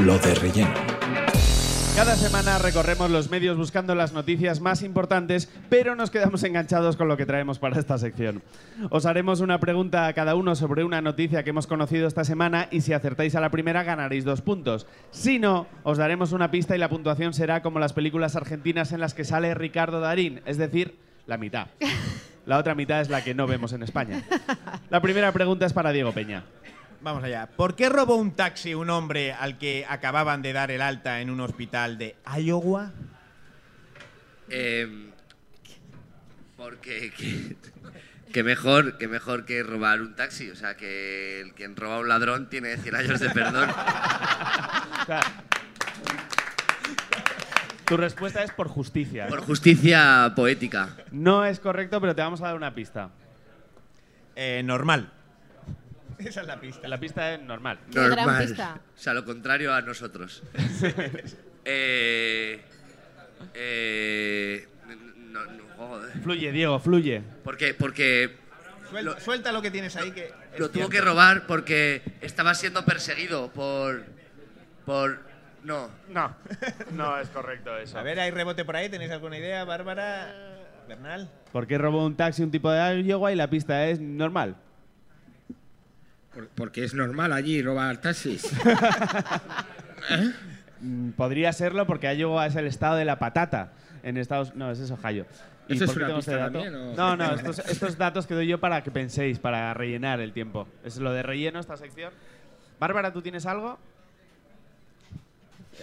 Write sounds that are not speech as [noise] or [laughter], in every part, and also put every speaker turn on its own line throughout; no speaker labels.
Lo de relleno.
Cada semana recorremos los medios buscando las noticias más importantes, pero nos quedamos enganchados con lo que traemos para esta sección. Os haremos una pregunta a cada uno sobre una noticia que hemos conocido esta semana y si acertáis a la primera ganaréis dos puntos. Si no, os daremos una pista y la puntuación será como las películas argentinas en las que sale Ricardo Darín, es decir, la mitad. La otra mitad es la que no vemos en España. La primera pregunta es para Diego Peña.
Vamos allá. ¿Por qué robó un taxi un hombre al que acababan de dar el alta en un hospital de Iowa?
Eh, porque que, que mejor, que mejor que robar un taxi. O sea, que el quien roba a un ladrón tiene 100 años
[laughs]
de perdón.
O sea, tu respuesta es por justicia. ¿no?
Por justicia poética.
No es correcto, pero te vamos a dar una pista.
Eh, normal. Esa es la pista.
La pista es normal.
Qué gran pista.
O sea, lo contrario
[laughs]
a nosotros. eh, eh, no, no, joder.
Fluye, Diego, fluye.
Porque, porque
Suelta lo, suelta lo que tienes ahí. Que es
lo tuvo
cierto.
que robar porque estaba siendo perseguido por. por. No.
No, [laughs] no es correcto eso.
A ver, hay rebote por ahí. ¿Tenéis alguna idea, Bárbara? Bernal.
¿Por qué robó un taxi un tipo de Iowa y la pista es normal?
Por- Porque es normal allí robar taxis.
Mm, Podría serlo porque Iowa es el estado de la patata en Estados No, ese es Ohio. ¿Y
¿Eso
por
es
qué
una
tengo este
pista
dato?
también, o-
No, no, estos, estos datos que doy yo para que penséis, para rellenar el tiempo. Es lo de relleno esta sección. Bárbara, ¿tú tienes algo?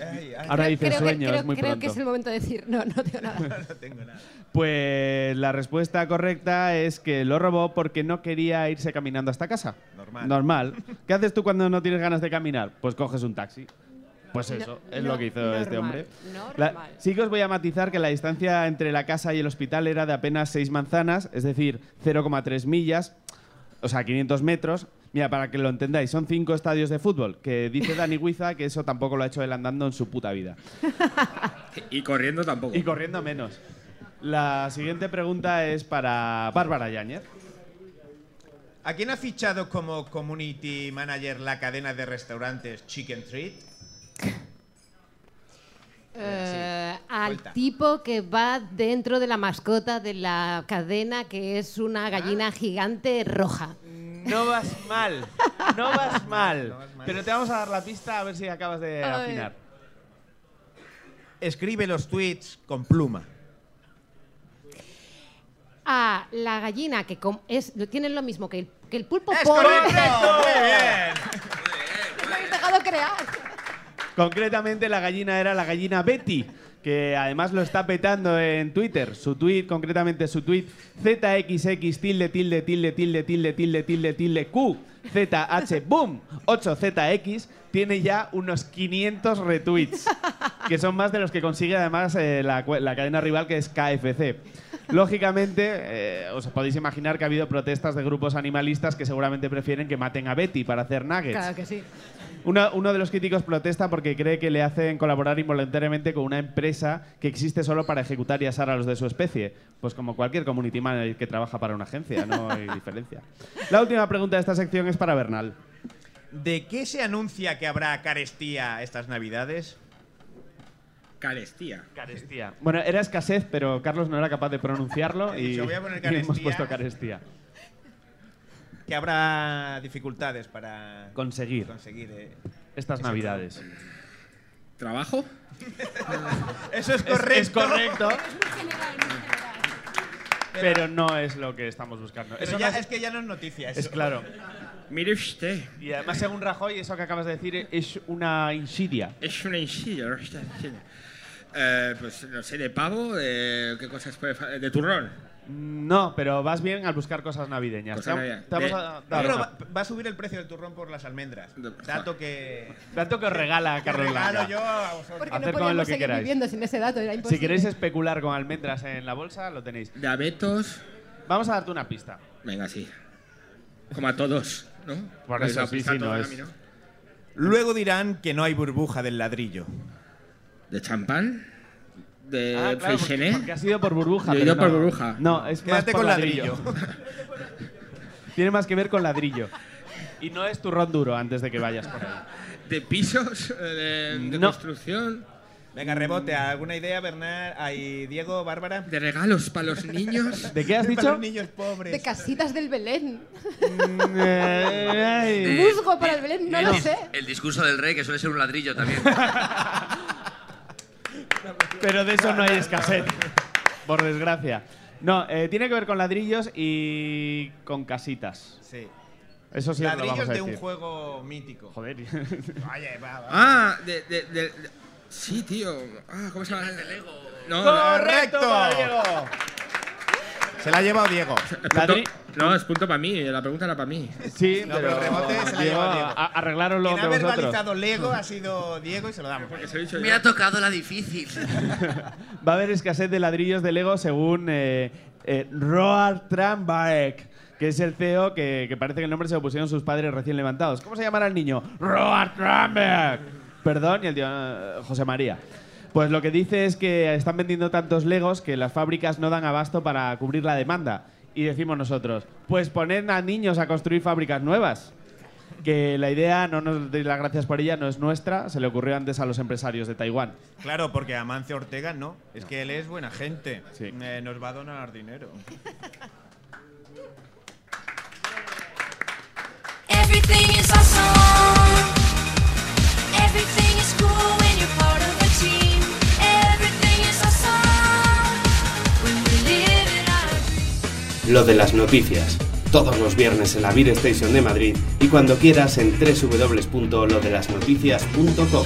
Ay, ay,
Ahora
Creo-
dice
creo que-
sueño,
creo-
es muy
creo que
pronto.
es el momento de decir, no, no
[laughs]
tengo nada.
no tengo nada.
Pues la respuesta correcta es que lo robó porque no quería irse caminando hasta casa.
Normal.
Normal. ¿Qué haces tú cuando no tienes ganas de caminar? Pues coges un taxi. Pues
No-
eso, es
no-
lo que hizo
normal,
este hombre.
normal.
La- sí que os voy a matizar que la distancia entre la casa y el hospital era de apenas 6 manzanas, es decir, 0,3 millas, o sea, 500 metros. Mira, para que lo entendáis, son cinco estadios de fútbol, que dice Dani Huiza que eso tampoco lo ha hecho él andando en su puta vida.
y corriendo tampoco.
Y corriendo menos. La siguiente pregunta es para Bárbara Yáñez.
¿A quién ha fichado como community manager la cadena de restaurantes Chicken Treat?
Eh, al
Vuelta.
tipo que va dentro de la mascota de la cadena, que es
Ah.
una gallina gigante roja.
No vas mal, no vas mal. Pero te vamos a dar la pista a ver si acabas de
Ay.
afinar.
Escribe los tweets con pluma.
A la gallina que com- es, lo- tienen lo mismo que el, que el pulpo
¡Es
por-
[laughs] correcto! ¡Muy bien!
¡Me habéis dejado crear!
Concretamente la gallina era la gallina Betty, que además lo está petando en Twitter. Su tweet, concretamente su tweet, ZXX tilde tilde tilde tilde tilde tilde tilde tilde Q ZH boom 8ZX tiene ya unos 500 retweets, que son más de los que consigue además eh, la, cue- la cadena rival que es KFC. Lógicamente, eh, os podéis imaginar que ha habido protestas de grupos animalistas que seguramente prefieren que maten a Betty para hacer nuggets.
Claro que sí.
Una- uno de los críticos protesta porque cree que le hacen colaborar involuntariamente con una empresa que existe solo para ejecutar y asar a los de su especie. Pues como cualquier community manager que trabaja para una agencia, no
[laughs]
hay diferencia. La última pregunta de esta sección es para Bernal.
¿De qué se anuncia que habrá carestía estas navidades?
Carestía.
Carestía. Bueno, era escasez, pero Carlos no era capaz de pronunciarlo
He
y,
dicho, voy a poner
y [laughs] hemos
carestía.
puesto carestía.
Que habrá dificultades para
Conseguir
conseguir, eh.
estas navidades.
¿Trabajo?
Eso es
Es-
correcto.
Es, correcto, pero no es lo que estamos buscando.
Pero
Eso
ya-
no
es que ya no es noticia.
es
eso.
claro.
Mire usted,
Y además, según Rajoy, eso que acabas de decir es una insidia.
es una insidia. lo que está diciendo. Eh, pues no sé, de pavo, de qué cosas puede fa- de turrón.
No, pero vas bien al buscar cosas navideñas.
Cosas
Te-
navideñas.
te vamos
De-
a dar una.
Pero va, va a subir el precio del turrón por las almendras.
De-
Dato que,
Tanto que os regala
que
Carlos
regalo
Blanca.
yo a vosotros.
Porque no
Hacer con él lo
podíamos
que
seguir
queráis.
viviendo sin ese dato, era
Pues
imposible.
Si queréis especular con almendras en la bolsa, lo tenéis.
De abetos,
Vamos a darte una pista.
venga, sí. Como a todos, ¿no?
Por
Pues
eso,
a-
sí,
a
sí,
todos,
no
a
es-
mí,
Luego dirán que no hay burbuja del ladrillo.
¿De champán? ¿De
Ah, claro, porque,
Freixenet?
porque ha sido por burbuja.
Eh, Yo he
pero
ido por
no.
burbuja.
No, es más
Quédate
por
con ladrillo.
[laughs] Tiene más que ver con ladrillo. Y no es turrón duro antes de que vayas por ahí.
[laughs] ¿De pisos? Eh, ¿De, de
No.
construcción?
Venga, rebote. ¿Alguna idea, Bernard? ¿Hay Diego, Bárbara?
¿De regalos para los niños?
¿De qué has
Para
dicho?
los niños pobres.
De casitas del Belén.
Mm, eh, ay.
Eh,
Musgo para el Belén, no
el
lo
dis-
sé.
El discurso del rey, que suele ser un ladrillo también.
Pero de eso no hay escasez, por desgracia. No, eh, tiene que ver con ladrillos y con casitas.
Sí.
Eso sí os lo
Ladrillos
vamos a
de
decir.
un juego mítico.
Joder.
Oye, va, va.
[laughs] Ah, de, de, de- de- Sí, tío. Ah, ¿cómo se llama? No,
¡Correcto! [laughs]
Diego!
Se la ha llevado Diego.
Ladri-
no, es punto para mí. La pregunta era para mí.
Sí,
No,
pero
pero el rebote se la
Diego,
lleva Diego.
a- arreglároslo
Quien ha
entre vosotros.
verbalizado Lego ha sido Diego y se lo damos.
Porque se lo he dicho
Me
yo.
ha tocado la difícil.
Va a haber escasez de ladrillos de Lego según eh, eh, Roar Trambaek, que es el CEO que, que parece que el nombre se lo pusieron sus padres recién levantados. ¿Cómo se llamará el niño? Roar Trambaek. Perdón, y el tío eh, José María. Pues lo que dice es que están vendiendo tantos Legos que las fábricas no dan abasto para cubrir la demanda. Y decimos nosotros, pues poned a niños a construir fábricas nuevas. Que la idea, no nos deis las gracias por ella, no es nuestra, se le ocurrió antes a los empresarios de Taiwán.
Claro, porque Amancio Ortega no. Es que él es buena gente.
Sí.
Eh, nos va a donar dinero.
Everything is awesome. Everything is cool when you're part of a team. Everything is awesome when we live in our dreams.
Lo de las noticias. Todos los viernes en la Beer Station de Madrid y cuando quieras en www.lodelasnoticias.com.